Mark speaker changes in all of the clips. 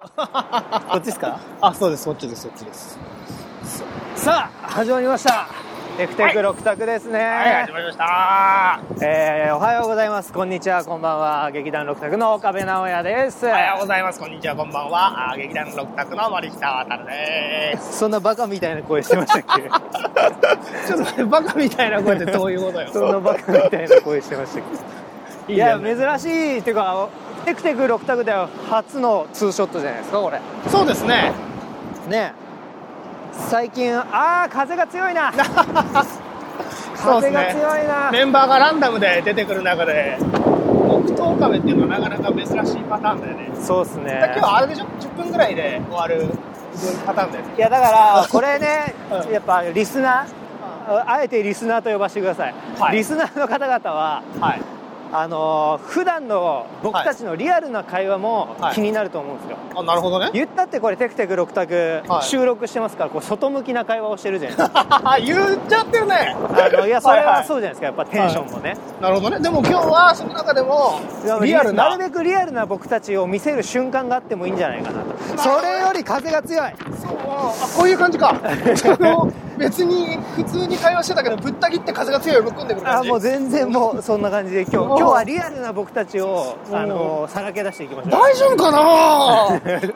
Speaker 1: こっちですか
Speaker 2: あ、そうです、そっちです、そっちです。
Speaker 1: さあ始まりましたテクテク六択ですね、
Speaker 2: はい、始まりました。
Speaker 1: えーおはようございますこんにちはこんばんは劇団六択の岡部直也です、
Speaker 2: おはようございます。こんにちは、こんばんは。あー劇団六択の森下渉で
Speaker 1: そんなバカみたいな声してましたっけ
Speaker 2: す。ちょっと待って、バカみたいな声ってどういうことよ
Speaker 1: そんなバカみたいな声してましたっけ
Speaker 2: いい
Speaker 1: い
Speaker 2: じ
Speaker 1: や
Speaker 2: ゃない
Speaker 1: 珍しいっていうかテクテク六択では初のツーショットじゃないですかこれ
Speaker 2: そうですね。
Speaker 1: ね最近あー風が強 いな
Speaker 2: そうです
Speaker 1: 風が
Speaker 2: ね
Speaker 1: 強いな、
Speaker 2: メンバーがランダムで出てくる中で、木刀壁っていうのはなかなか珍しいパターンだよね。
Speaker 1: そうっすね
Speaker 2: 今日はあれでしょ ?10 分ぐらいで終わるパターンだよね。
Speaker 1: いやだ からこれね
Speaker 2: うん
Speaker 1: やっぱリスナーあえてリスナーと呼ばせてください、
Speaker 2: はい
Speaker 1: リスナーの方々は
Speaker 2: はい。
Speaker 1: あのー普段の僕たちのリアルな会話も
Speaker 2: はい
Speaker 1: 気になると思うんですよ、
Speaker 2: あ、なるほどね。
Speaker 1: 言ったってこれテクテク六択
Speaker 2: はい
Speaker 1: 収録してますからこう外向きな会話をしてるじゃないですか
Speaker 2: 言っちゃってるね。
Speaker 1: あのいやそれは
Speaker 2: う。
Speaker 1: そうじゃないですかやっぱテンションもね、
Speaker 2: なるほどね。でも今日はその中でも、リアルな。
Speaker 1: なるべくリアルな僕たちを見せる瞬間があってもいいんじゃないかなとそれより風が強い
Speaker 2: そうあこういう感 じかその別に普通に会話してたけどぶった切って風が強いぶっ込んでくる
Speaker 1: あ
Speaker 2: 感じ
Speaker 1: もう全然もうそんな感じで今日
Speaker 2: おー
Speaker 1: 今日はリアルな僕たちをあのさらけ出していきましょう
Speaker 2: 大丈夫か な大丈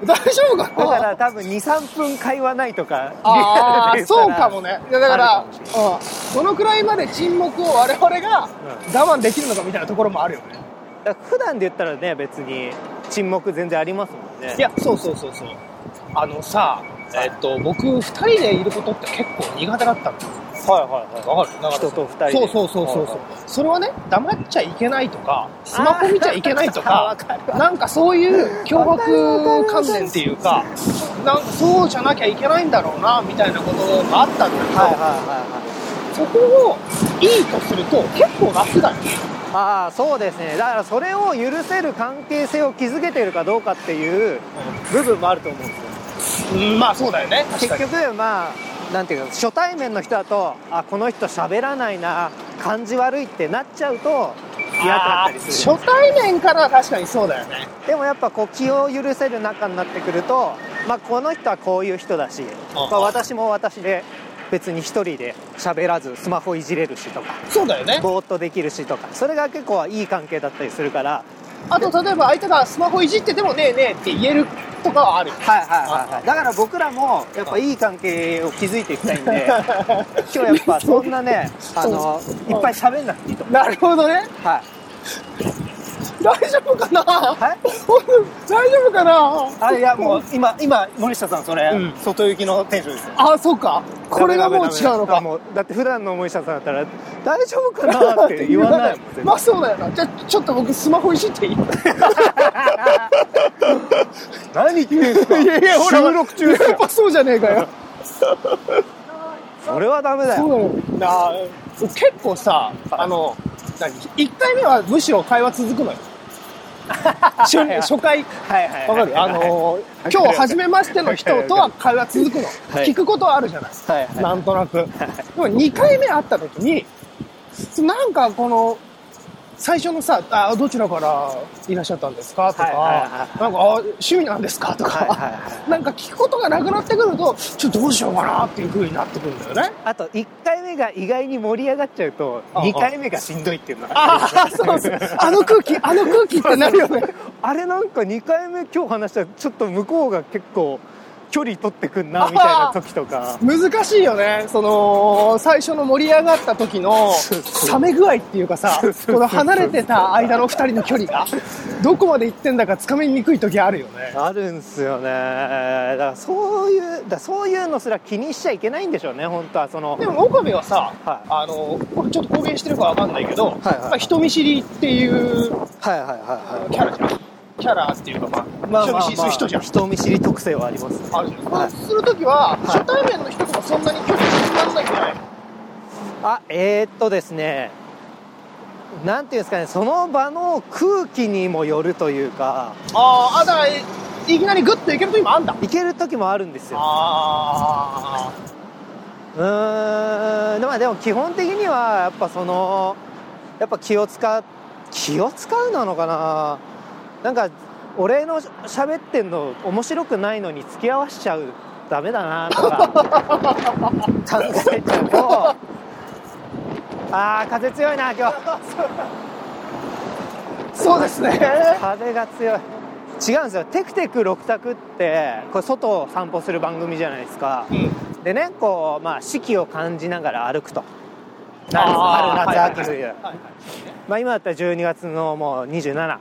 Speaker 2: 夫かな
Speaker 1: だから多分23分会話ないとか
Speaker 2: あ
Speaker 1: リアルで言
Speaker 2: あ
Speaker 1: ったら
Speaker 2: そうかもねいやだから
Speaker 1: あるかもしれ
Speaker 2: うんどのくらいまで沈黙を我々が我慢できるのかみたいなところもあるよね
Speaker 1: だから普段で言ったらね別に沈黙全然ありますもんね
Speaker 2: いやそうそうそうそうあのさえっと僕2人でいることって結構苦手だったんですよ
Speaker 1: はいはいは
Speaker 2: わかるなんか
Speaker 1: 人と二人
Speaker 2: そう
Speaker 1: で
Speaker 2: そうそうそう
Speaker 1: はい
Speaker 2: そう
Speaker 1: はい
Speaker 2: それはね黙っちゃいけないとかスマホ見ちゃいけないと
Speaker 1: あ
Speaker 2: か
Speaker 1: ー わか
Speaker 2: なんかそういう脅迫観念っていうかなんかそうじゃなきゃいけないんだろうなみたいなことがあったんだけど、
Speaker 1: はいはいはい
Speaker 2: そこをいいとすると結構楽だよね
Speaker 1: はいああそうですねだからそれを許せる関係性を築けてるかどうかっていう部分もあると思うんですよ
Speaker 2: うんまあそうだよね確か
Speaker 1: 結
Speaker 2: に
Speaker 1: 局まあなんていうか初対面の人だとあこの人喋らないな感じ悪いってなっちゃうと嫌だったりするじゃ
Speaker 2: あー初対面からは確かにそうだよね
Speaker 1: んでもやっぱこう気を許せる仲になってくると、まあ、この人はこういう人だし、まあ、私も私で別に一人で喋らずスマホいじれるしとか
Speaker 2: そうだよね
Speaker 1: ぼーっとできるしとかそれが結構いい関係だったりするから
Speaker 2: あと例えば相手がスマホいじっててもねえねえって言えるとかはあるよね
Speaker 1: はいはいはい、はい、だから僕らもやっぱいい関係を築いていきたいん で今日やっぱそんなねあのいっぱい喋 んなくていいと思
Speaker 2: なるほどね
Speaker 1: うはい
Speaker 2: 大丈夫かな
Speaker 1: はい
Speaker 2: 大丈夫かな
Speaker 1: あいやもう今今森下さんそれ、
Speaker 2: うん
Speaker 1: 外行きのテンションですよ
Speaker 2: あそうかこれがもう違うのか
Speaker 1: もうだって普段の森下さんだったら大丈夫かなって言わ ないもん
Speaker 2: まあそうだよなじゃあちょっと僕スマホいじっていい
Speaker 1: 何言ってんすか
Speaker 2: いやいやほら
Speaker 1: 収録中です
Speaker 2: やっ
Speaker 1: よ
Speaker 2: ぱそうじゃねえかよ
Speaker 1: それはダメだ
Speaker 2: そう
Speaker 1: よ
Speaker 2: だよなあ結構さあの何1回目はむしろ会話続くの よ初初回
Speaker 1: はいはい
Speaker 2: わかるあのー今日初めましての人とは会話続くの
Speaker 1: い
Speaker 2: 聞くことはあるじゃない
Speaker 1: はいはい
Speaker 2: なんとなく。でも2回目会った時に、なんかこの、最初のさ、あどちらからいらっしゃったんですかとか、
Speaker 1: はいは
Speaker 2: なんかあ趣味なんですかとか、
Speaker 1: はいはいは
Speaker 2: なんか聞くことがなくなってくると、ちょっとどうしようかなっていう風になってくるんだよね。
Speaker 1: あと1回目が意外に盛り上がっちゃうと
Speaker 2: ああ
Speaker 1: 2回目がしんどいっていうのがあ
Speaker 2: ああ、そうそう。あの空気、あの空気ってなるよね。
Speaker 1: あれなんか2回目今日話したらちょっと向こうが結構距離取ってくんなみたいな時と か
Speaker 2: 難しいよね。その、最初の盛り上がった時の
Speaker 1: そうそう
Speaker 2: 冷め具合っていうかさ、この離れてた間の二人の距離が、どこまで行ってんだかつかみにくい時あるよね。
Speaker 1: あるんすよねだからそういうだからそういうのすら気にしちゃいけないんでしょうね本当はその
Speaker 2: でも、岡部はさ、
Speaker 1: は
Speaker 2: あの、これちょっと公言してるかわかんないけど、
Speaker 1: はいはい
Speaker 2: まあ、人見知りっていう
Speaker 1: はいはいはいは
Speaker 2: キャラじゃん。キャラっていうか、まあ、
Speaker 1: まあ
Speaker 2: 人見
Speaker 1: まあ
Speaker 2: 知りする人じゃん。
Speaker 1: 人見知り特性はあります
Speaker 2: あるじゃん。
Speaker 1: はい
Speaker 2: するときは、初対面の人ともそんなに距離縮まんないんじゃない
Speaker 1: あえー、っとですねなんていうんですかねその場の空気にもよるというか
Speaker 2: あーあ、だから、いきなりグッといけると今あんだ。
Speaker 1: いける時もあるんですよ
Speaker 2: あ
Speaker 1: うーんでまあでも基本的にはやっぱそのやっぱ気を使っ気を使うなのかななんか俺の喋ってんの面白くないのに付き合わしちゃうダメだなとか 考えちゃうとあー風強いな今日
Speaker 2: そうですね。
Speaker 1: 風が強い違うんですよ「テクテク六択」ってこれ外を散歩する番組じゃないですか
Speaker 2: うん。
Speaker 1: でねこうまあ四季を感じながら歩くと夏
Speaker 2: あー
Speaker 1: 春夏秋冬、
Speaker 2: はいはいはい
Speaker 1: まあ今だったら12月のもう27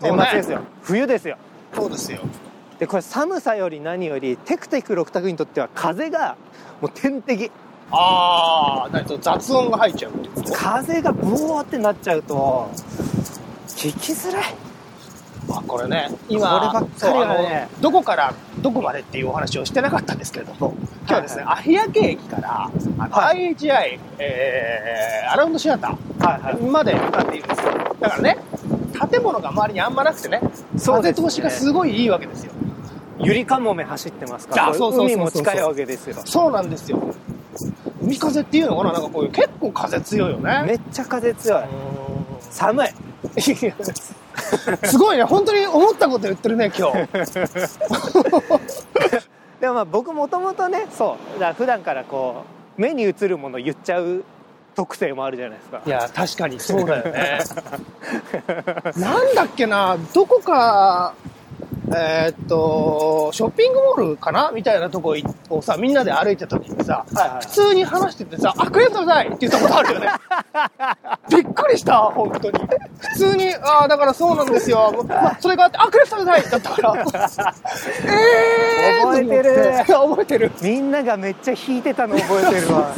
Speaker 2: そう
Speaker 1: 年
Speaker 2: ね
Speaker 1: 末ですよ、冬ですよ
Speaker 2: そうですよ。
Speaker 1: でこれ寒さより何よりテクテク六択にとっては風がもう天敵
Speaker 2: ああ、だと雑音が入っちゃうってこと
Speaker 1: 風がボーってなっちゃうと聞きづらい
Speaker 2: まあ、これね、
Speaker 1: こればっかりはね
Speaker 2: そうあのどこからどこまでっていうお話をしてなかったんですけれども、今日はですね、アヒアケ駅から、あの
Speaker 1: は
Speaker 2: IHI、えーアラウンドシアタ
Speaker 1: はい
Speaker 2: ーまで向かっているんですよ。だからね、建物が周りにあんまなくてね、
Speaker 1: そうですね
Speaker 2: 風通しがすごいいいわけですよ。
Speaker 1: ゆりかもめ走ってますから
Speaker 2: あそうそうそうそう
Speaker 1: 海も近いわけですよ
Speaker 2: そうなんですよ。海風っていうのかななんかこういう結構風強いよね。
Speaker 1: めっちゃ風強い寒い
Speaker 2: すごいね、本当に思ったこと言ってるね、今日。
Speaker 1: でもまあ僕もともとねそうだから普段からこう目に映るものを言っちゃう特性もあるじゃないですか
Speaker 2: いや、確かにそうだよね。 なんだっけな、どこか、えーっと、ショッピングモールかなみたいなとこいをさ、みんなで歩いてた時にさ、
Speaker 1: はいはい
Speaker 2: 普通に話しててさ、あ、クレープ食べたいって言ったことある よね。びっくりした、本当に。普通に、ああ、だからそうなんですよ。まあそれがあって、あ、クレープ食べたいだった から。えー
Speaker 1: 覚えてる
Speaker 2: と思って覚えてる。
Speaker 1: みんながめっちゃ引いてたの覚えてるわ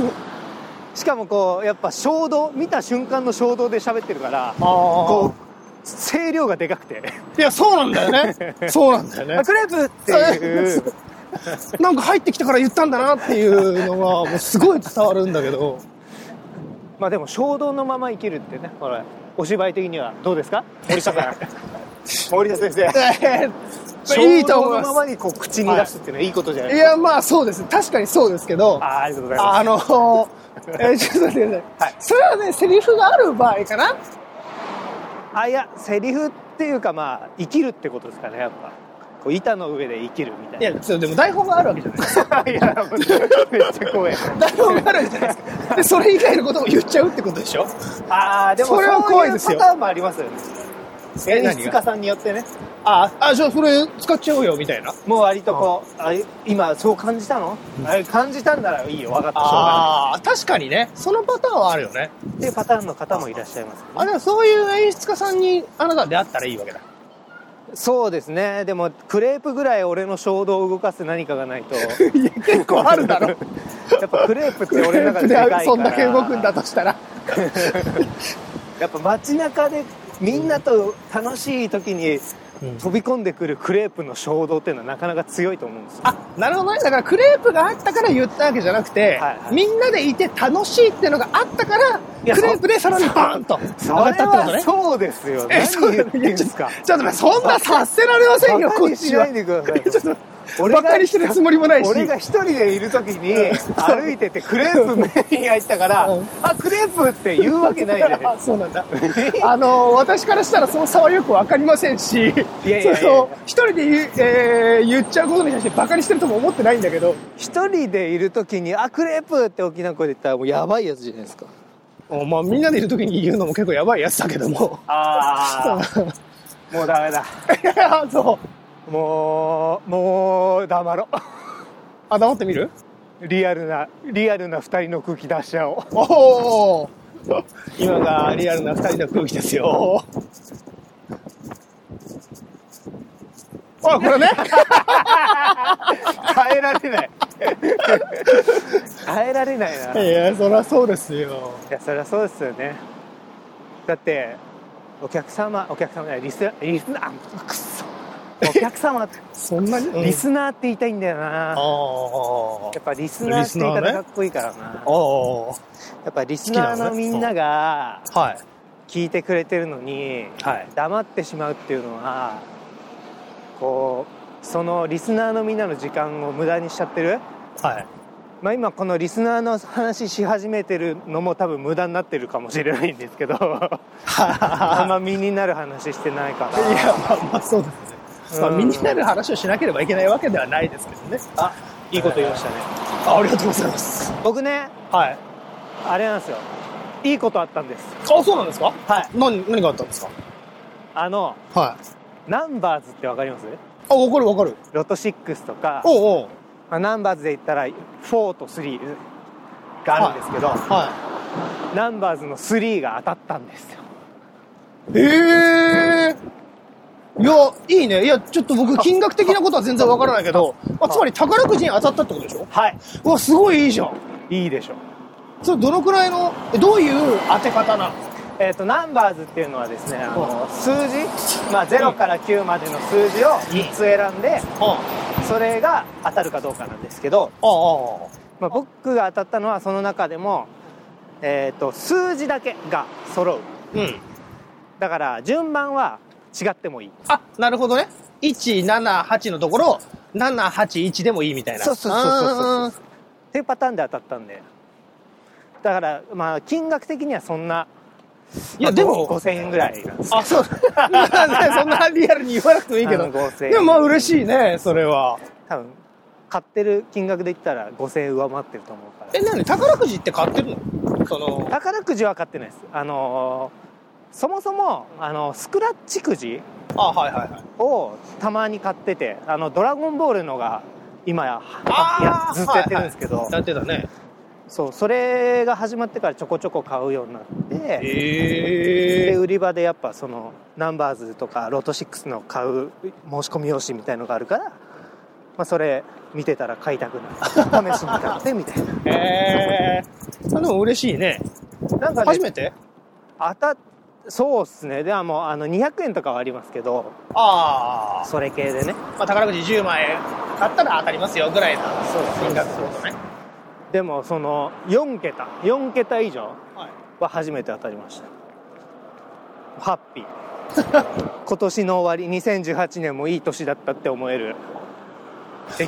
Speaker 1: しかもこうやっぱ衝動見た瞬間の衝動で喋ってるから
Speaker 2: こ
Speaker 1: こう声量がでかくて
Speaker 2: ういや、そうなんだよ ね。そうなんだよ
Speaker 1: 「
Speaker 2: ね
Speaker 1: あ。クレープ!」っていう
Speaker 2: なんか入ってきたから言ったんだなっていうのが、もうすごい伝わるんだけ ど。
Speaker 1: まあでも衝動のまま生きるってねこれお芝居的にはどうですか森下さん 森田先生
Speaker 2: えい
Speaker 1: い
Speaker 2: い
Speaker 1: い
Speaker 2: と
Speaker 1: と
Speaker 2: 思
Speaker 1: 思
Speaker 2: い
Speaker 1: い
Speaker 2: ま
Speaker 1: ままにこう口に出すっていうのはいいことじゃない
Speaker 2: す。いや、まあそうです。確かにそうですけど、
Speaker 1: あ
Speaker 2: あ
Speaker 1: あありがとうございます
Speaker 2: の、 えーちょっと待ってください。
Speaker 1: はい
Speaker 2: それはね、セリフがある場合かな
Speaker 1: あいやセリフっていうかまあ生きるってことですかねやっぱこう板の上で生きるみたい
Speaker 2: い
Speaker 1: な
Speaker 2: や、そうでも台本があるわけじゃないですか。
Speaker 1: いやめっちゃ怖 い
Speaker 2: 台本があるわけじゃないですか。で、それ以外のことも言っちゃうってことでしょ
Speaker 1: ああでも
Speaker 2: それは怖いですよ
Speaker 1: そういうパターンもありますよね
Speaker 2: え
Speaker 1: 演出家さんによってね
Speaker 2: あ、あ、じゃあそれ使っちゃおうよ、みたいな。
Speaker 1: もう割とこうあ今そう感じたの、あれ感じたんならいいよ分かったしょうがない
Speaker 2: ああ、確かにね。そのパターンはあるよね。
Speaker 1: っていうパターンの方もいらっしゃいます
Speaker 2: あ、でもそういう演出家さんにあなたは出会ったらいいわけだ。
Speaker 1: そうですねでもクレープぐらい俺の衝動を動かす何かがない と
Speaker 2: いや、結構あるだろ。
Speaker 1: やっぱクレープって俺の中ででかいから
Speaker 2: そんだけ動くんだとしたら。
Speaker 1: やっぱ街中でみんなと楽しい時に
Speaker 2: うん
Speaker 1: 飛び込んでくるクレープの衝動っていうのはなかなか強いと思うんですよ
Speaker 2: あ、なるほどね。だからクレープがあったから言ったわけじゃなくて、
Speaker 1: はいはい
Speaker 2: みんなでいて楽しいっていうのがあったから、
Speaker 1: いや
Speaker 2: クレープでさらにバーンと 上がったってことね。
Speaker 1: そうですよ
Speaker 2: え、そう
Speaker 1: 何言ってんですか
Speaker 2: ちょっと待って、そんなさせられませんよ、
Speaker 1: バ
Speaker 2: こ
Speaker 1: カ
Speaker 2: っ
Speaker 1: にし
Speaker 2: ち
Speaker 1: な
Speaker 2: は。
Speaker 1: いでください
Speaker 2: ちょっ と、バカにしてるつもりもないし。
Speaker 1: 俺が一人でいる時 に歩いててクレープ目に入ったから
Speaker 2: うん
Speaker 1: 「あクレープ!」って言うわけないじゃないですか
Speaker 2: あ そうなんだ。あの、私からしたらその差はよくわかりませんし、
Speaker 1: いやいやいや
Speaker 2: その、一人で言う、えー言っちゃうことに対してバカにしてるとも思ってないんだけど、
Speaker 1: 一人でいる時に「あクレープ!」って大きな声で言ったらもうやばいやつじゃないですか
Speaker 2: おまあみんなでいる時に言うのも結構やばいやつだけども。
Speaker 1: ああもうダメだ
Speaker 2: いや そう。
Speaker 1: もうもう黙ろ
Speaker 2: あ、黙ってみる
Speaker 1: うリアルなリアルな二人の空気出しちゃおう
Speaker 2: おお今がリアルな二人の空気ですよ。あ、これ ね。
Speaker 1: 耐えられない耐えられないない
Speaker 2: や、そりゃそうですよ。
Speaker 1: いやそりゃそうですよねだってお客様お客様じゃないリスリスナーあくっそお客様
Speaker 2: そんなに、 うん
Speaker 1: リスナーって言いたいんだよな、
Speaker 2: あー
Speaker 1: やっぱリスナーって言い
Speaker 2: リスナー
Speaker 1: 方
Speaker 2: ね
Speaker 1: かっこいいからな、
Speaker 2: あー。
Speaker 1: やっぱリスナーのみんなが
Speaker 2: はい。
Speaker 1: 聞いてくれてるのに
Speaker 2: はい。
Speaker 1: 黙ってしまうっていうのはこうそのリスナーのみんなの時間を無駄にしちゃってる
Speaker 2: はい。
Speaker 1: まあ、今このリスナーの話し始めてるのも多分無駄になってるかもしれないんですけ どあんま身になる話してないから
Speaker 2: いや、まあ、まあ、そうですね。まあ、
Speaker 1: うん
Speaker 2: 身になる話をしなければいけないわけではないですけどね。
Speaker 1: あいいこと言いましたね
Speaker 2: あ、ありがとうございます。
Speaker 1: 僕ね
Speaker 2: はい。
Speaker 1: あれなんですよいいことあったんです
Speaker 2: あ、そうなんですか
Speaker 1: はい
Speaker 2: 何、何があったんですか
Speaker 1: あの
Speaker 2: はい。
Speaker 1: ナンバーズってわかります
Speaker 2: あ、わかるわかる。
Speaker 1: ロト6とか、
Speaker 2: おうおう。
Speaker 1: まあ、ナンバーズで言ったら4と3があるんですけど、
Speaker 2: は
Speaker 1: ナンバーズの3が当たったんですよ
Speaker 2: い。ええいや、いいね。いや、ちょっと僕、金額的なことは全然わからないけど、あつまり宝くじに当たったってことでしょ
Speaker 1: はい
Speaker 2: わ、すごいいいじゃん。
Speaker 1: いいでしょう
Speaker 2: それどのくらいの、えどういう当て方なの
Speaker 1: えっ、とナンバーズっていうのはですねあの数字、まあ、0から9までの数字を3つ選んで
Speaker 2: あ
Speaker 1: それが当たるかどうかなんですけど、
Speaker 2: あ、あ
Speaker 1: まあ、僕が当たったのはその中でも、えっと数字だけが揃う
Speaker 2: うん。
Speaker 1: だから順番は違ってもいい
Speaker 2: あ、なるほどね。178のところ、781でもいいみたいな。
Speaker 1: そうそうそうそうそう
Speaker 2: あー
Speaker 1: っていうパターンで当たったんでだからまあ金額的にはそんない
Speaker 2: や、でも、
Speaker 1: 5000円ぐらいなんです
Speaker 2: あ、そう。なん でそんなリアルに言わなくてもいいけ
Speaker 1: あ
Speaker 2: ど。
Speaker 1: の5000円
Speaker 2: でもまあ嬉しいね、それは。
Speaker 1: 多分買ってる金額で言ったら5000円上回ってると思うから
Speaker 2: え、なに宝くじって買ってるのその、
Speaker 1: 宝くじは買ってないですあのーそもそもあのスクラッチくじ
Speaker 2: あ、はいはいはい。
Speaker 1: をたまに買っててあのドラゴンボールのが今や
Speaker 2: あー
Speaker 1: やずっとやってるんですけど、
Speaker 2: やってたね。
Speaker 1: そうそれが始まってからちょこちょこ買うようになってで
Speaker 2: え
Speaker 1: 売り場でやっぱそのナンバーズとかロト6の買う申し込み用紙みたいのがあるから、まあ、それ見てたら買いたくなる試しに買ってみたいな
Speaker 2: ー。えー。あでも嬉しいね。
Speaker 1: なんかね
Speaker 2: 初めて
Speaker 1: 当たっそうっすねではもうあの200円とかはありますけど
Speaker 2: ああ。
Speaker 1: それ系でね
Speaker 2: まあ宝くじ10万円買ったら当たりますよぐらいの
Speaker 1: そう
Speaker 2: 金額ってことね。
Speaker 1: でもその4桁4桁以上
Speaker 2: はい。
Speaker 1: は初めて当たりましたハッピー 今年の終わり2018年もいい年だったって思える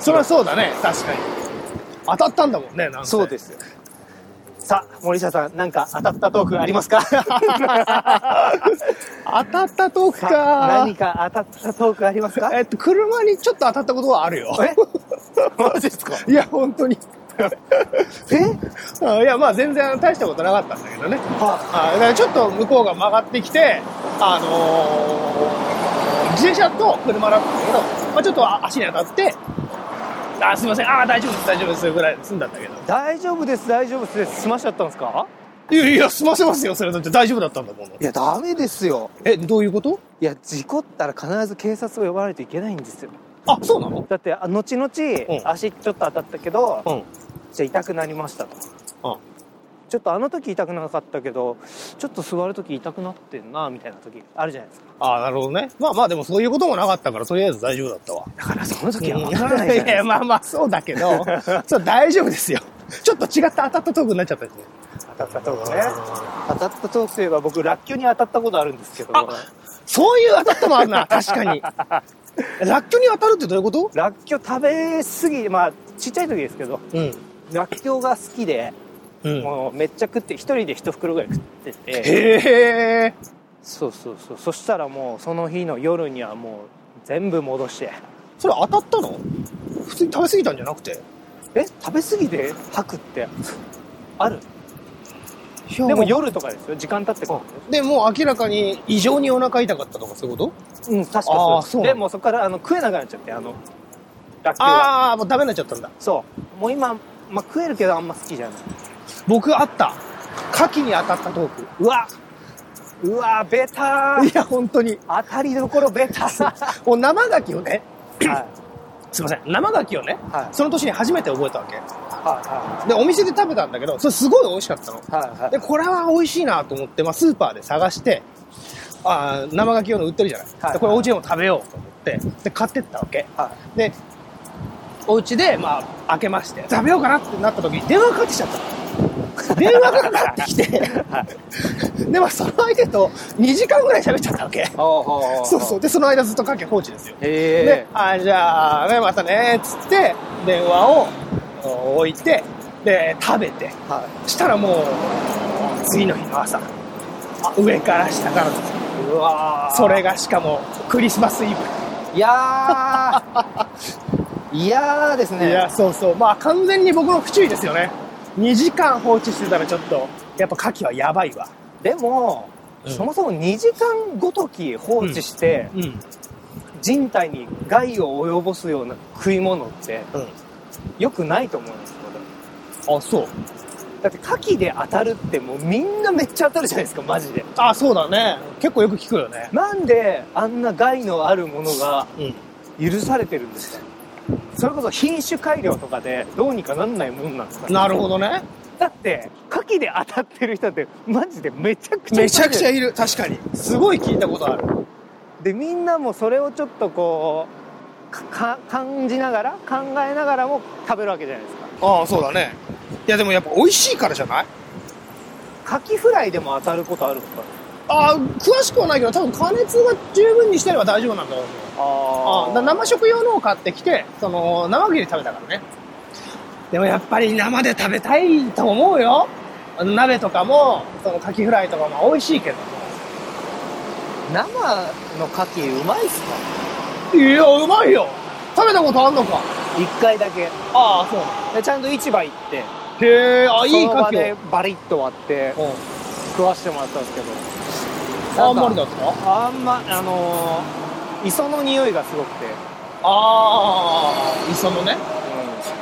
Speaker 2: それはそうだね確かに当たったんだもんねなん
Speaker 1: そうですすさあ森下さんなんか当たったトー クありますかさ
Speaker 2: 当たったトーク
Speaker 1: あ
Speaker 2: か
Speaker 1: 何か当たったトークありますか
Speaker 2: えっと車にちょっと当たったことはあるよ
Speaker 1: えマジですか
Speaker 2: いや本当に
Speaker 1: え
Speaker 2: あいやまあ全然大したことなかったんだけどね
Speaker 1: は
Speaker 2: あだからちょっと向こうが曲がってきてあのー自転車と車だったんだけど、まあ、ちょっとあ足に当たってあすいませんあ大丈夫です大丈夫ですぐらいで済んだんだけど
Speaker 1: 大丈夫です大丈夫です済ましちゃったんですか
Speaker 2: いやいや済ませますよそれだって大丈夫だったんだもの
Speaker 1: いやダメですよ
Speaker 2: えどういうこと
Speaker 1: いや事故ったら必ず警察を呼ばないといけないんですよ
Speaker 2: あそうなの
Speaker 1: だってあ後々、
Speaker 2: ん
Speaker 1: 足ちょっと当たったけど、
Speaker 2: うん
Speaker 1: じゃあ痛くなりましたと
Speaker 2: うん
Speaker 1: ちょっとあの時痛くなかったけどちょっと座る時痛くなってんなみたいな時あるじゃないですか
Speaker 2: ああ、なるほどね。まあまあ、でもそういうこともなかったから、とりあえず大丈夫だったわ。
Speaker 1: だからその
Speaker 2: い
Speaker 1: 時
Speaker 2: や
Speaker 1: は分からないじゃない
Speaker 2: い
Speaker 1: です
Speaker 2: や、
Speaker 1: か
Speaker 2: まあまあ、そうだけ ど、そう大丈夫ですよ。ちょっと違った当たったトークになっちゃったけど。
Speaker 1: 当たったトークね当たったトークといえば僕らっきょうに当たったことあるんですけど
Speaker 2: そういう当たったもある な、確かに。ラッキョに当たるってどういうこと
Speaker 1: らっきょう食べ過ぎまあちっちゃい時ですけど
Speaker 2: うん。
Speaker 1: らっきょうが好きで、
Speaker 2: うん。
Speaker 1: もうめっちゃ食って一人で一袋ぐらい食ってて
Speaker 2: へえ。
Speaker 1: そうそうそうそしたらもうその日の夜にはもう全部戻して
Speaker 2: それ当たったの普通に食べ過ぎたんじゃなくて。
Speaker 1: え食べ過ぎで吐くってある
Speaker 2: で
Speaker 1: で
Speaker 2: も
Speaker 1: も
Speaker 2: よ、
Speaker 1: 夜とかですよ時間経ってこう
Speaker 2: でも明らかに異常にお腹痛かったとかそういうこと
Speaker 1: うん確か
Speaker 2: あ
Speaker 1: そ
Speaker 2: ー
Speaker 1: う
Speaker 2: そうなんだ
Speaker 1: でもそこからあの食えなくなっちゃってあのらっきょうが
Speaker 2: ああ、もうダメになっちゃったんだ。
Speaker 1: そうもう今、まあ、食えるけどあんま好きじゃない
Speaker 2: 僕あった。牡蠣に当たったトーク。
Speaker 1: うわうわベター
Speaker 2: いや、本当に。
Speaker 1: 当たりどころベター
Speaker 2: もう生牡蠣をね、
Speaker 1: はい
Speaker 2: すいません、生牡蠣をね、
Speaker 1: はい
Speaker 2: その年に初めて覚えたわけ。
Speaker 1: は
Speaker 2: で、お店で食べたんだけど、それすごい美味しかったの。
Speaker 1: いはいはいはい
Speaker 2: で、これは美味しいなと思って、まあ、スーパーで探して、あー生牡蠣用の売ってるじゃ
Speaker 1: は
Speaker 2: ない。
Speaker 1: い
Speaker 2: で、これお家でも食べようと思って、で、買ってったわけ。
Speaker 1: は
Speaker 2: で、お家で、まあ、開けまして、食べようかなってなった時に電話がかかってきちゃったの。電話がかかってきて、
Speaker 1: いはい
Speaker 2: で、まあ、その相手と2時間ぐらい喋っちゃったわけ。
Speaker 1: ほうほうほ
Speaker 2: そうそう。で、その間ずっと牡蠣放置ですよ。
Speaker 1: へ
Speaker 2: で、あ、じゃあ、ね、またね、つって、電話をお置いて、で、食べて。
Speaker 1: は
Speaker 2: したらもう、次の日の朝、上から下からです
Speaker 1: い、うわー
Speaker 2: それがしかも、クリスマスイブ。
Speaker 1: いやーいやーですね
Speaker 2: いや、そうそう。まあ、完全に僕の不注意ですよね。2時間放置してたらちょっと、やっぱ牡蠣はやばいわ。
Speaker 1: でも、
Speaker 2: うん
Speaker 1: そもそも2時間ごとき放置して、
Speaker 2: うん。
Speaker 1: 人体に害を及ぼすような食い物って
Speaker 2: うん。
Speaker 1: 良くないと思うんですよ
Speaker 2: あ、そう。
Speaker 1: だって牡蠣で当たるってもうみんなめっちゃ当たるじゃないですかマジで
Speaker 2: あ、そうだね。結構よく聞くよね。
Speaker 1: なんであんな害のあるものが
Speaker 2: うん。
Speaker 1: 許されてるんですかそれこそ品種改良とかでどうにかなんないもんなんですか
Speaker 2: なるほどね。
Speaker 1: だって牡蠣で当たってる人ってマジでめちゃくちゃ
Speaker 2: めちゃくちゃ
Speaker 1: ゃ
Speaker 2: いる。確かに。すごい聞いたことある。
Speaker 1: でみんなもそれをちょっとこうかか感じながら考えながらも食べるわけじゃないですか
Speaker 2: ああ、そうだね。いや、でもやっぱ美味しいからじゃない
Speaker 1: 牡蠣フライでも当たることあるんですか
Speaker 2: ああ、詳しくはないけど、多分加熱が十分にしてれば大丈夫なんだろう。あ
Speaker 1: あ
Speaker 2: あ、だ生食用のを買ってきて、その、生切り食べたからね。でもやっぱり生で食べたいと思うよ。あの鍋とかも、そのカキフライとかも美味しいけど。
Speaker 1: 生の牡蠣うまいっすか
Speaker 2: いや、うまいよ。食べたことあんのか。
Speaker 1: 一回だけ
Speaker 2: ああ、そ
Speaker 1: でちゃんと市場行って
Speaker 2: う。へえ、あ、い
Speaker 1: そ
Speaker 2: い
Speaker 1: の
Speaker 2: カ
Speaker 1: 場
Speaker 2: キ
Speaker 1: で
Speaker 2: を。
Speaker 1: バリッと割って
Speaker 2: うん
Speaker 1: 食わしてもらったんですけど
Speaker 2: あんま
Speaker 1: なん
Speaker 2: りだ
Speaker 1: か
Speaker 2: った
Speaker 1: あんまあのー磯の匂いがすごくて、
Speaker 2: ああ、磯のね。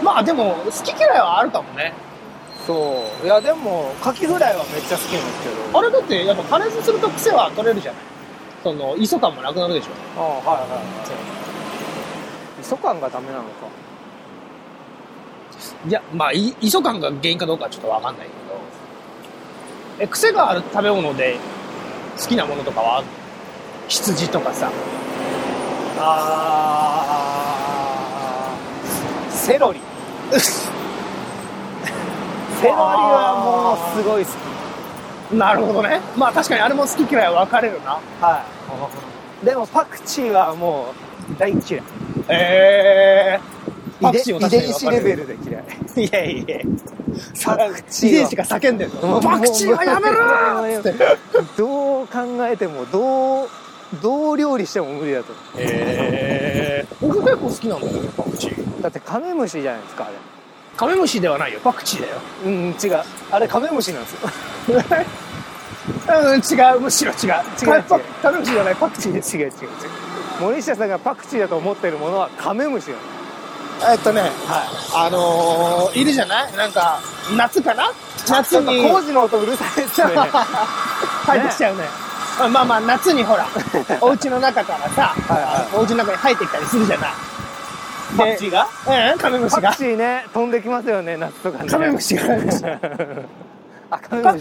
Speaker 2: まあでも、好き嫌いはあるかもね。
Speaker 1: そういやでもカキフライはめっちゃ好きなんですけど
Speaker 2: あれだって、やっぱ加熱すると癖は取れるじゃない。その、磯感もなくなるでしょ。
Speaker 1: あはいはいはい磯感がダメなのか
Speaker 2: いや、まあ、い磯感が原因かどうかはちょっとわかんないけど。え、癖がある食べ物で好きなものとかはある羊とかさ。
Speaker 1: あーセロリセロリはもうすごい好き
Speaker 2: なるほどね。まあ確かにあれも好き嫌いは分かれるな。
Speaker 1: はいでもパクチーはもう大嫌い
Speaker 2: ええー。
Speaker 1: 遺伝遺伝子レベ
Speaker 2: ル。
Speaker 1: ルで嫌い
Speaker 2: いやいや
Speaker 1: パクチーは
Speaker 2: 遺伝子が叫んでる
Speaker 1: も
Speaker 2: の。
Speaker 1: う
Speaker 2: パクチーはやめろーっつって。
Speaker 1: どう考えてもどうどう料理しても無理だと思
Speaker 2: えー、僕結構好きなんだよね、パクチー。
Speaker 1: うだってカメムシじゃないですかあれ
Speaker 2: カメムシではないよ、パクチーだよ。
Speaker 1: うん違うあれカメムシなんですよ
Speaker 2: うん、違う、むしろ違う。
Speaker 1: 違う違う
Speaker 2: パクカメムシじゃない、パクチー
Speaker 1: 違う
Speaker 2: です。
Speaker 1: 違う 違う違う森下さんがパクチーだと思ってるものはカメムシなんで
Speaker 2: えっとね、あのー、いるじゃないなんか、夏かな夏
Speaker 1: すよなん
Speaker 2: に
Speaker 1: か工事の音うるさいですね
Speaker 2: 入ってきちゃうね。あまあまあ、夏にほ ら、お家の中からさ、
Speaker 1: はいはい
Speaker 2: あのお家の中に入ってきたりするじゃない。
Speaker 1: パクチーが
Speaker 2: うん、カメムシ
Speaker 1: パ
Speaker 2: が
Speaker 1: ク。チーね飛んできますよね夏とかね
Speaker 2: カメムシが。
Speaker 1: あカメムシ
Speaker 2: パク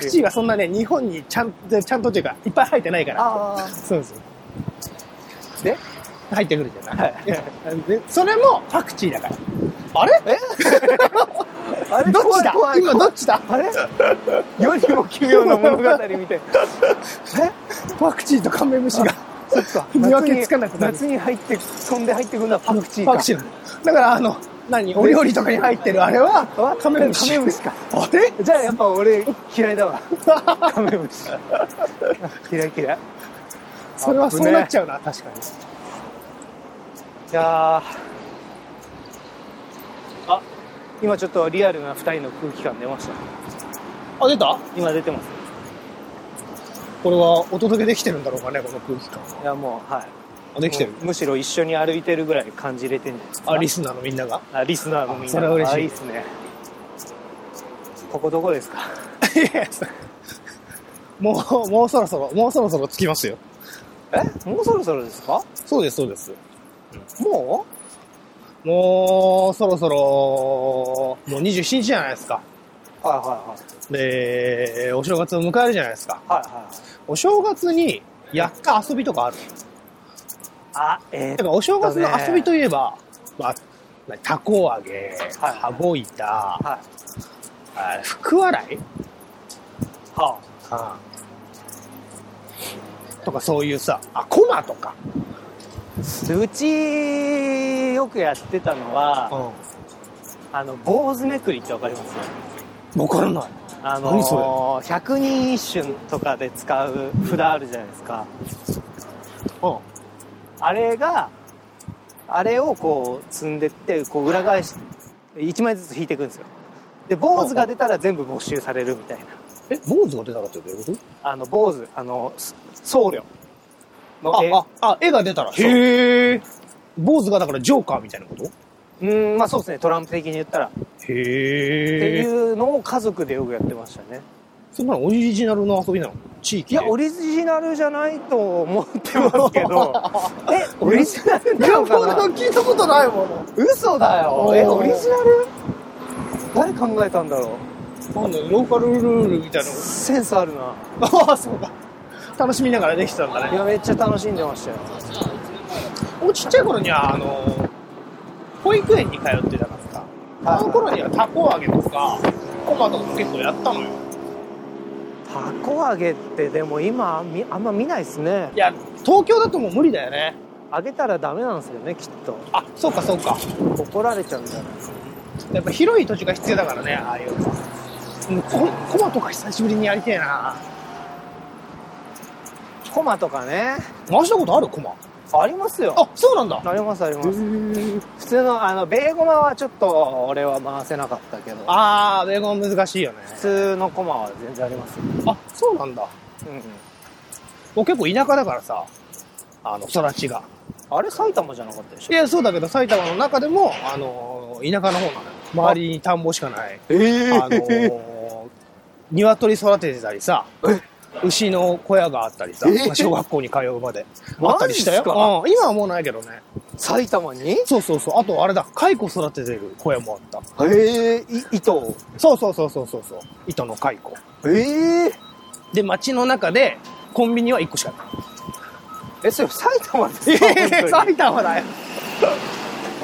Speaker 2: チーはそんなね、日本にちゃんと、ちゃんとというか、いっぱい入ってないから。
Speaker 1: あ
Speaker 2: そうそう。
Speaker 1: あで
Speaker 2: 入ってくるじゃない。
Speaker 1: はい
Speaker 2: でそれもパクチーだから。あれ
Speaker 1: えあれ
Speaker 2: どっちだ
Speaker 1: 怖い怖い
Speaker 2: 今どっちだ
Speaker 1: あれ世にも奇妙な物語みたいなえ
Speaker 2: パクチーとカメムシが。
Speaker 1: そっか
Speaker 2: 見分けつかなくなる
Speaker 1: 夏に入って飛んで入ってくるのはパクチーか
Speaker 2: パクチーなのだからあの何お料理とかに入ってるあれは
Speaker 1: あ
Speaker 2: カメムシ
Speaker 1: カメムシか
Speaker 2: あ れ
Speaker 1: じゃあやっぱ俺嫌いだわカメムシ嫌い嫌い
Speaker 2: それはそうなっちゃうな、確かに
Speaker 1: いやーあ今ちょっとリアルな2人の空気感出ました
Speaker 2: あ出た
Speaker 1: 今出てます
Speaker 2: これはお届けできてるんだろうかねこの空気感
Speaker 1: いやもうはい
Speaker 2: あできてる
Speaker 1: もうむしろ一緒に歩いてるぐらい感じれてるんじゃないですか
Speaker 2: あリスナーのみんなが
Speaker 1: あリスナーのみんな
Speaker 2: それは嬉しい
Speaker 1: あいいですねここどこですか
Speaker 2: いや もうもうそろそろもうそろそろ着きますよ
Speaker 1: えもうそろそろですか
Speaker 2: そうですそうです
Speaker 1: も
Speaker 2: もうそろそろもう27日じゃないですか
Speaker 1: うはいは
Speaker 2: でお正月を迎えるじゃないですか
Speaker 1: いはいはいはい
Speaker 2: お正月にやった遊びとかある
Speaker 1: あえー、
Speaker 2: だからお正月の遊びといえば、まあ、たこ揚げ、
Speaker 1: はい
Speaker 2: 羽子板、あ
Speaker 1: はい
Speaker 2: 福笑い、
Speaker 1: は
Speaker 2: とかそういうさ、あ、コマとか。
Speaker 1: あうちよくやってたのは、
Speaker 2: ん。
Speaker 1: あの坊主めくりってわかります
Speaker 2: わからない。
Speaker 1: あ
Speaker 2: 何それ
Speaker 1: の百人一首とかで使う札あるじゃないですか
Speaker 2: うん。
Speaker 1: あれがあれをこう積んでってこう裏返し1枚ずつ引いていくんですよで坊主が出たら全部没収されるみたいな
Speaker 2: え、坊主が出たらってどういうこ
Speaker 1: あの坊主あのす僧侶の絵
Speaker 2: とあ、あ、絵が出たら。え。
Speaker 1: へえ
Speaker 2: 坊主がだからジョーカーみたいなこと
Speaker 1: うんまあそうですねトランプ的に言ったらっ
Speaker 2: へ
Speaker 1: ていうのを家族でよくやってましたね
Speaker 2: そんなのオリジナルの遊びなの地域
Speaker 1: いやオリジナルじゃないと思ってますけ どえオリジナルなのかな
Speaker 2: 聞いたことないもの。
Speaker 1: 嘘だよ
Speaker 2: おー
Speaker 1: えオリジナル誰考えたんだろ
Speaker 2: なんだよローカルルールみたいう
Speaker 1: センスあるな
Speaker 2: なこと。ああ、そうか。楽しみながらできてたんだ
Speaker 1: い
Speaker 2: ね。
Speaker 1: やめっちゃ楽しんでましたよ
Speaker 2: 俺ちっちゃい頃には、あのー、保育園に通ってたからさ、あの頃にはたこ揚げとか、コマとかも結構やったのよ。
Speaker 1: たこ揚げってでも今みあんま見ないですね
Speaker 2: いや、東京だともう無理だよね。
Speaker 1: 揚げたらダメなんですよねきっと
Speaker 2: あ、そうかそうか。
Speaker 1: 怒られちゃうんだよ
Speaker 2: やっぱ広い土地が必要だからね、ああいうのは。うんココマとか久しぶりにやりてえな。
Speaker 1: コマとかね
Speaker 2: 回したことあるコマ。
Speaker 1: ありますよ
Speaker 2: あ、そうなんだ。
Speaker 1: ありますあります
Speaker 2: ー
Speaker 1: 普通のあのベーゴマはちょっと俺は回せなかったけど
Speaker 2: あー、米語難しいよね。
Speaker 1: 普通のコマは全然ありますよ、
Speaker 2: あ、そうなんだ。
Speaker 1: うん、
Speaker 2: もう結構田舎だからさ、あの、育ちが。
Speaker 1: あれ埼玉じゃなかったでし
Speaker 2: い
Speaker 1: ょ
Speaker 2: や、そうだけど埼玉の中でも、あのー、田舎の方なのよ。周りに田んぼしかない。
Speaker 1: ええ
Speaker 2: あのー、 鶏育ててたりさ、牛の小屋があったりさ、
Speaker 1: え
Speaker 2: まあ小学校に通うまで。
Speaker 1: マジ
Speaker 2: あった
Speaker 1: っすか
Speaker 2: りしたよ。うん、今はもうないけどね。
Speaker 1: 埼玉に
Speaker 2: そうそうそう。あとあれだ、蚕育ててる小屋もあった。
Speaker 1: ええい糸
Speaker 2: そうそうそうそうそうそう。糸の蚕。
Speaker 1: ええ
Speaker 2: で、街の中で、コンビニは1個しかない。
Speaker 1: えそれ埼玉ですか、
Speaker 2: え
Speaker 1: 本当に
Speaker 2: 埼玉だよ。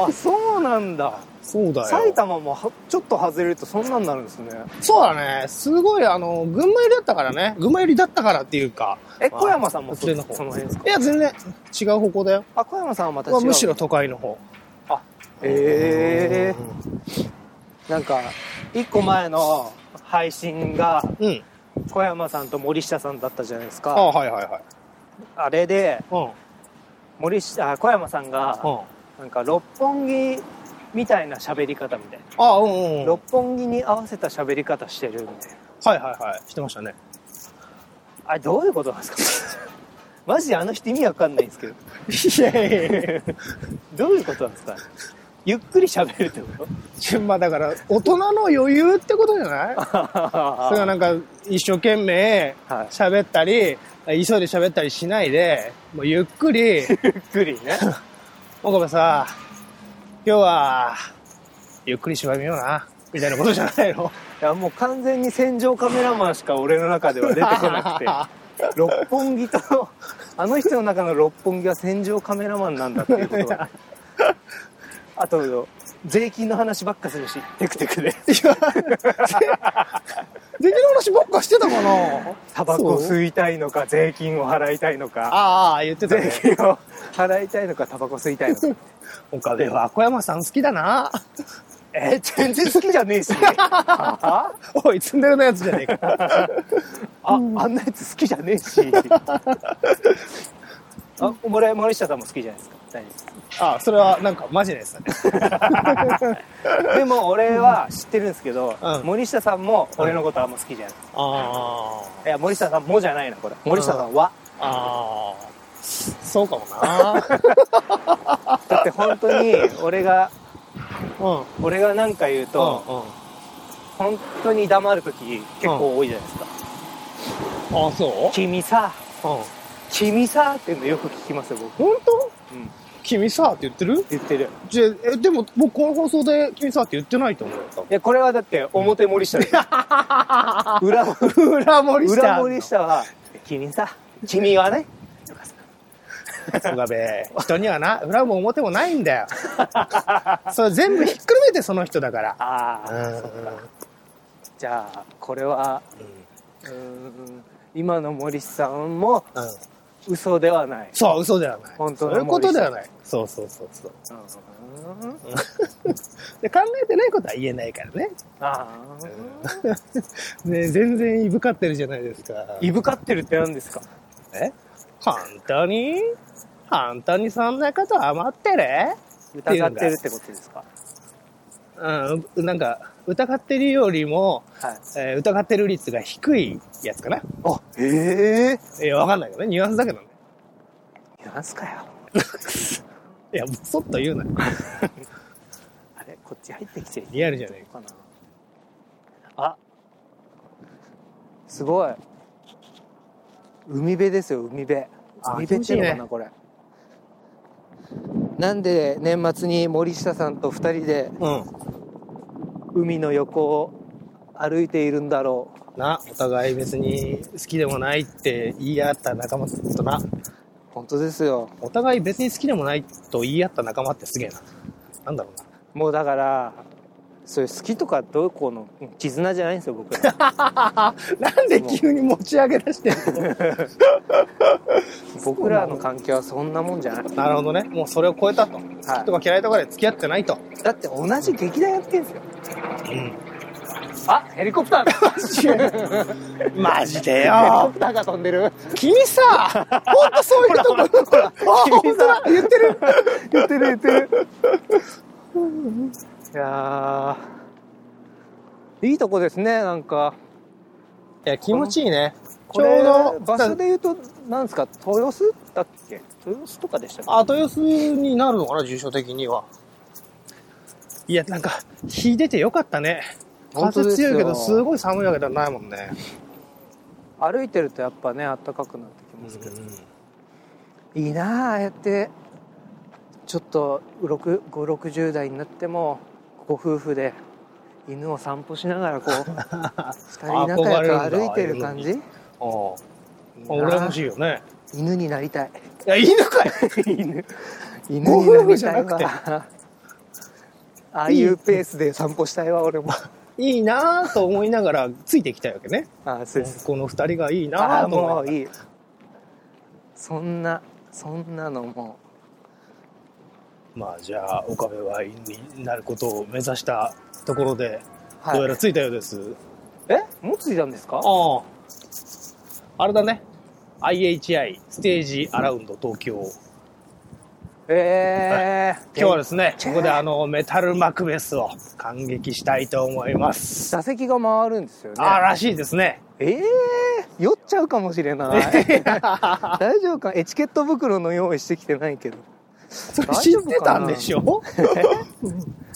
Speaker 1: あそうなんだ
Speaker 2: そうだよ。
Speaker 1: 埼玉もはちょっと外れるとそんなんなるんですね
Speaker 2: そうだね。すごい、あの、群馬寄りだったからね。群馬寄りだったからっていうか。
Speaker 1: え小山さんも
Speaker 2: そ
Speaker 1: そ
Speaker 2: れ
Speaker 1: そ
Speaker 2: の方。
Speaker 1: の辺ですか
Speaker 2: いや、全然違う方向だよ。
Speaker 1: あ小山さんはまた違
Speaker 2: まあ
Speaker 1: う
Speaker 2: むしろ都会の方。
Speaker 1: あええなんか一個前の配信が
Speaker 2: うん。
Speaker 1: 小山さんと森下さんだったじゃないです
Speaker 2: あ
Speaker 1: かあ
Speaker 2: はいはいはい。
Speaker 1: れで
Speaker 2: うん。
Speaker 1: 森下あ小山さんが
Speaker 2: うん。
Speaker 1: なんか六本木みたいな喋り方みたいな、
Speaker 2: あうんうん。はい
Speaker 1: 六本木に合わせた喋り方してるみたいな
Speaker 2: はいはい。してましたね。
Speaker 1: あれどういうことなんですか マジであの人意味わかんないんですけど
Speaker 2: いやいやいやい
Speaker 1: どういうことなんですかゆっくり喋るってこと
Speaker 2: や。まあだから、大人の余裕ってことじゃないそれがなんか、一生懸命
Speaker 1: はい
Speaker 2: 喋ったり、急いで喋ったりしないで、もうゆっくり、
Speaker 1: ゆっくりね。
Speaker 2: 岡部さ、今日は、ゆっくり芝居見ような、みたいなことじゃないの
Speaker 1: いや、もう完全に戦場カメラマンしか俺の中では出てこなくて、六本木と、あの人の中の六本木は戦場カメラマンなんだっていうことは。あと、税金の話ばっかするし、テクテクで。
Speaker 2: できる話ばっかしてたかな
Speaker 1: タバコを
Speaker 2: そう
Speaker 1: 吸いたいのか、税金を払いたいのか、
Speaker 2: ああ、言ってた
Speaker 1: 税
Speaker 2: ね。
Speaker 1: 金を払いたいのか、タバコ吸いたいのか。
Speaker 2: 岡部は小山さん好きだな。
Speaker 1: え、全然好きじゃねえし、 あ
Speaker 2: おい、ツンデレのやつじゃねえ か。
Speaker 1: あ、あんなやつ好きじゃねえし。あ、俺、森下さんも好きじゃないですか。大丈夫です
Speaker 2: ああ、それはなんかマジなやつだね。
Speaker 1: でも俺は知ってるんですけど、
Speaker 2: うん
Speaker 1: 森下さんも俺のことあんま好きじゃない、
Speaker 2: あ
Speaker 1: いや森下さんもじゃないなこれ森下さんは、
Speaker 2: あ、ああ、そうかも な。
Speaker 1: だって本当に俺が
Speaker 2: うん。
Speaker 1: 俺が何か言うと、
Speaker 2: う
Speaker 1: 本当に黙る時結構多いじゃないですか「
Speaker 2: ん、うん。ああ、そ
Speaker 1: 君さ
Speaker 2: ううん。
Speaker 1: 君さ」っていうのよく聞きますよ僕、
Speaker 2: 本当
Speaker 1: うん、
Speaker 2: 君さって言ってる
Speaker 1: 言ってる
Speaker 2: じゃえ、でも、僕この放送で君さって言ってないと思うよ。
Speaker 1: いやこれはだって表森下です裏
Speaker 2: 裏盛
Speaker 1: 裏森下は「君さ君はね
Speaker 2: 小 川部人にはな、裏も表もないんだよ。 それ全部ひっくるめてその人だから」。
Speaker 1: ああ、
Speaker 2: うん
Speaker 1: そっかじゃあこれはうーん今の森さんも
Speaker 2: うん。
Speaker 1: 嘘ではない。
Speaker 2: そう、嘘ではない。
Speaker 1: 本当の
Speaker 2: そういうことではない。そうそうそうそう。で、考えてないことは言えないからね。
Speaker 1: ああ。
Speaker 2: ね全然いぶかってるじゃないですか。
Speaker 1: いぶかってるって何ですか
Speaker 2: え本当に本当にそんなこと余ってる
Speaker 1: 疑ってるってことですか
Speaker 2: うん、なんか、疑ってるよりも、
Speaker 1: はい。
Speaker 2: えー疑ってる率が低いやつかな。
Speaker 1: あ、ええ
Speaker 2: いや、わかんないけどね。ニュアンスだけどね。
Speaker 1: ー。なんすかよ。
Speaker 2: いや、もうそっと言うな。
Speaker 1: あれこっち入ってきていい
Speaker 2: リアルじゃね
Speaker 1: のかなあ、すごい。海辺ですよ、海辺。
Speaker 2: あ
Speaker 1: 海辺って
Speaker 2: 気
Speaker 1: いうのか
Speaker 2: 持ちいい
Speaker 1: な、これ。なんで年末に森下さんと二人で
Speaker 2: えか。う。
Speaker 1: 海の横を歩いているんだろうん
Speaker 2: な、お互い別に好きでもないって言い合った仲間とな、
Speaker 1: 本当ですよ
Speaker 2: お互い別に好きでもないと言い合った仲間ってすげえな。なんだろうな。
Speaker 1: もうだからそういう好きとかどうこうの絆じゃないんですよ僕ら
Speaker 2: なんで急に持ち上げ出して ん
Speaker 1: 僕らの関係はそんなもんじゃない、
Speaker 2: のなるほどね。もうそれを超えたと。好きと
Speaker 1: は
Speaker 2: か嫌いとかで付き合ってないと。
Speaker 1: い、だって同じ劇団やってんですよ
Speaker 2: うん。
Speaker 1: あヘリコプターだ
Speaker 2: マジで
Speaker 1: ヘリコ
Speaker 2: よ。
Speaker 1: プターが飛んでる
Speaker 2: 君さ、ほんとそういうところ。ほら、
Speaker 1: 君さ
Speaker 2: 言ってる。
Speaker 1: 言ってる言ってるいやーいいとこですねなんか
Speaker 2: いや、気持ちいいね。
Speaker 1: これ
Speaker 2: ちょうど
Speaker 1: 場所で言うとなんですか豊洲だっけ豊洲とかでしたっけ
Speaker 2: あ豊洲になるのかな、住所的には。いや、なんか、日出てよかったね。
Speaker 1: 本当で
Speaker 2: 風
Speaker 1: すよ
Speaker 2: 強いけど、すごい寒いわけではないもんね。
Speaker 1: 歩いてるとやっぱね暖かくなってきますけど、いいなあああやってちょっと6 5 6 0代になってもご夫婦で犬を散歩しなが らこう二人仲
Speaker 2: 憧れる
Speaker 1: 良
Speaker 2: ん
Speaker 1: く
Speaker 2: だ
Speaker 1: 歩いてる感じいい
Speaker 2: ああ、
Speaker 1: なあ
Speaker 2: 羨ましいよね。
Speaker 1: 犬になりたい
Speaker 2: いや、いいのかい
Speaker 1: 犬犬
Speaker 2: ご
Speaker 1: にな
Speaker 2: 夫婦
Speaker 1: り
Speaker 2: じゃ
Speaker 1: たい
Speaker 2: なくて
Speaker 1: わ ああいうペースで散歩したいわ俺も
Speaker 2: いいなぁと思いながら、ついてきたいわけね。
Speaker 1: ああそうです
Speaker 2: この二人がいい
Speaker 1: あ
Speaker 2: な
Speaker 1: あ
Speaker 2: ぁと思
Speaker 1: も
Speaker 2: いう
Speaker 1: いいそんなそんなのも
Speaker 2: まあ、じゃあ、岡部は犬になることを目指したところで、ど
Speaker 1: う、
Speaker 2: うや
Speaker 1: はい、
Speaker 2: らついたようです。
Speaker 1: えもう着いたんですか
Speaker 2: ああ。あれだね。IHI ステージアラウンド東京。
Speaker 1: ええー、
Speaker 2: 今日はですね、
Speaker 1: チェ
Speaker 2: こ
Speaker 1: ー
Speaker 2: こであの、メタルマクベスを感激したいと思います。
Speaker 1: 座席が回るんですよね
Speaker 2: あーらしいですね。
Speaker 1: ええー、酔っちゃうかもしれない 大丈夫かエチケット袋の用意してきてないけど
Speaker 2: それ
Speaker 1: 大
Speaker 2: 知
Speaker 1: 丈
Speaker 2: っ
Speaker 1: 夫かな
Speaker 2: てたんでしょ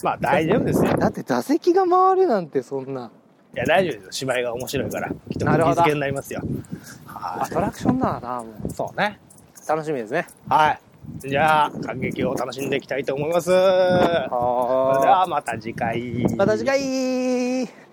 Speaker 2: まあ大丈夫ですよ。
Speaker 1: だって座席が回るなんてそんない
Speaker 2: や大丈夫ですよ。芝居が面白いから。きっと
Speaker 1: なるほ
Speaker 2: 気
Speaker 1: ど
Speaker 2: づけになりますよ。は
Speaker 1: アトラクションだなもう
Speaker 2: い。そうね。
Speaker 1: 楽しみですね
Speaker 2: はい。じゃあ、感激を楽しんでいきたいと思います。それで
Speaker 1: は
Speaker 2: はまた次回。
Speaker 1: また次回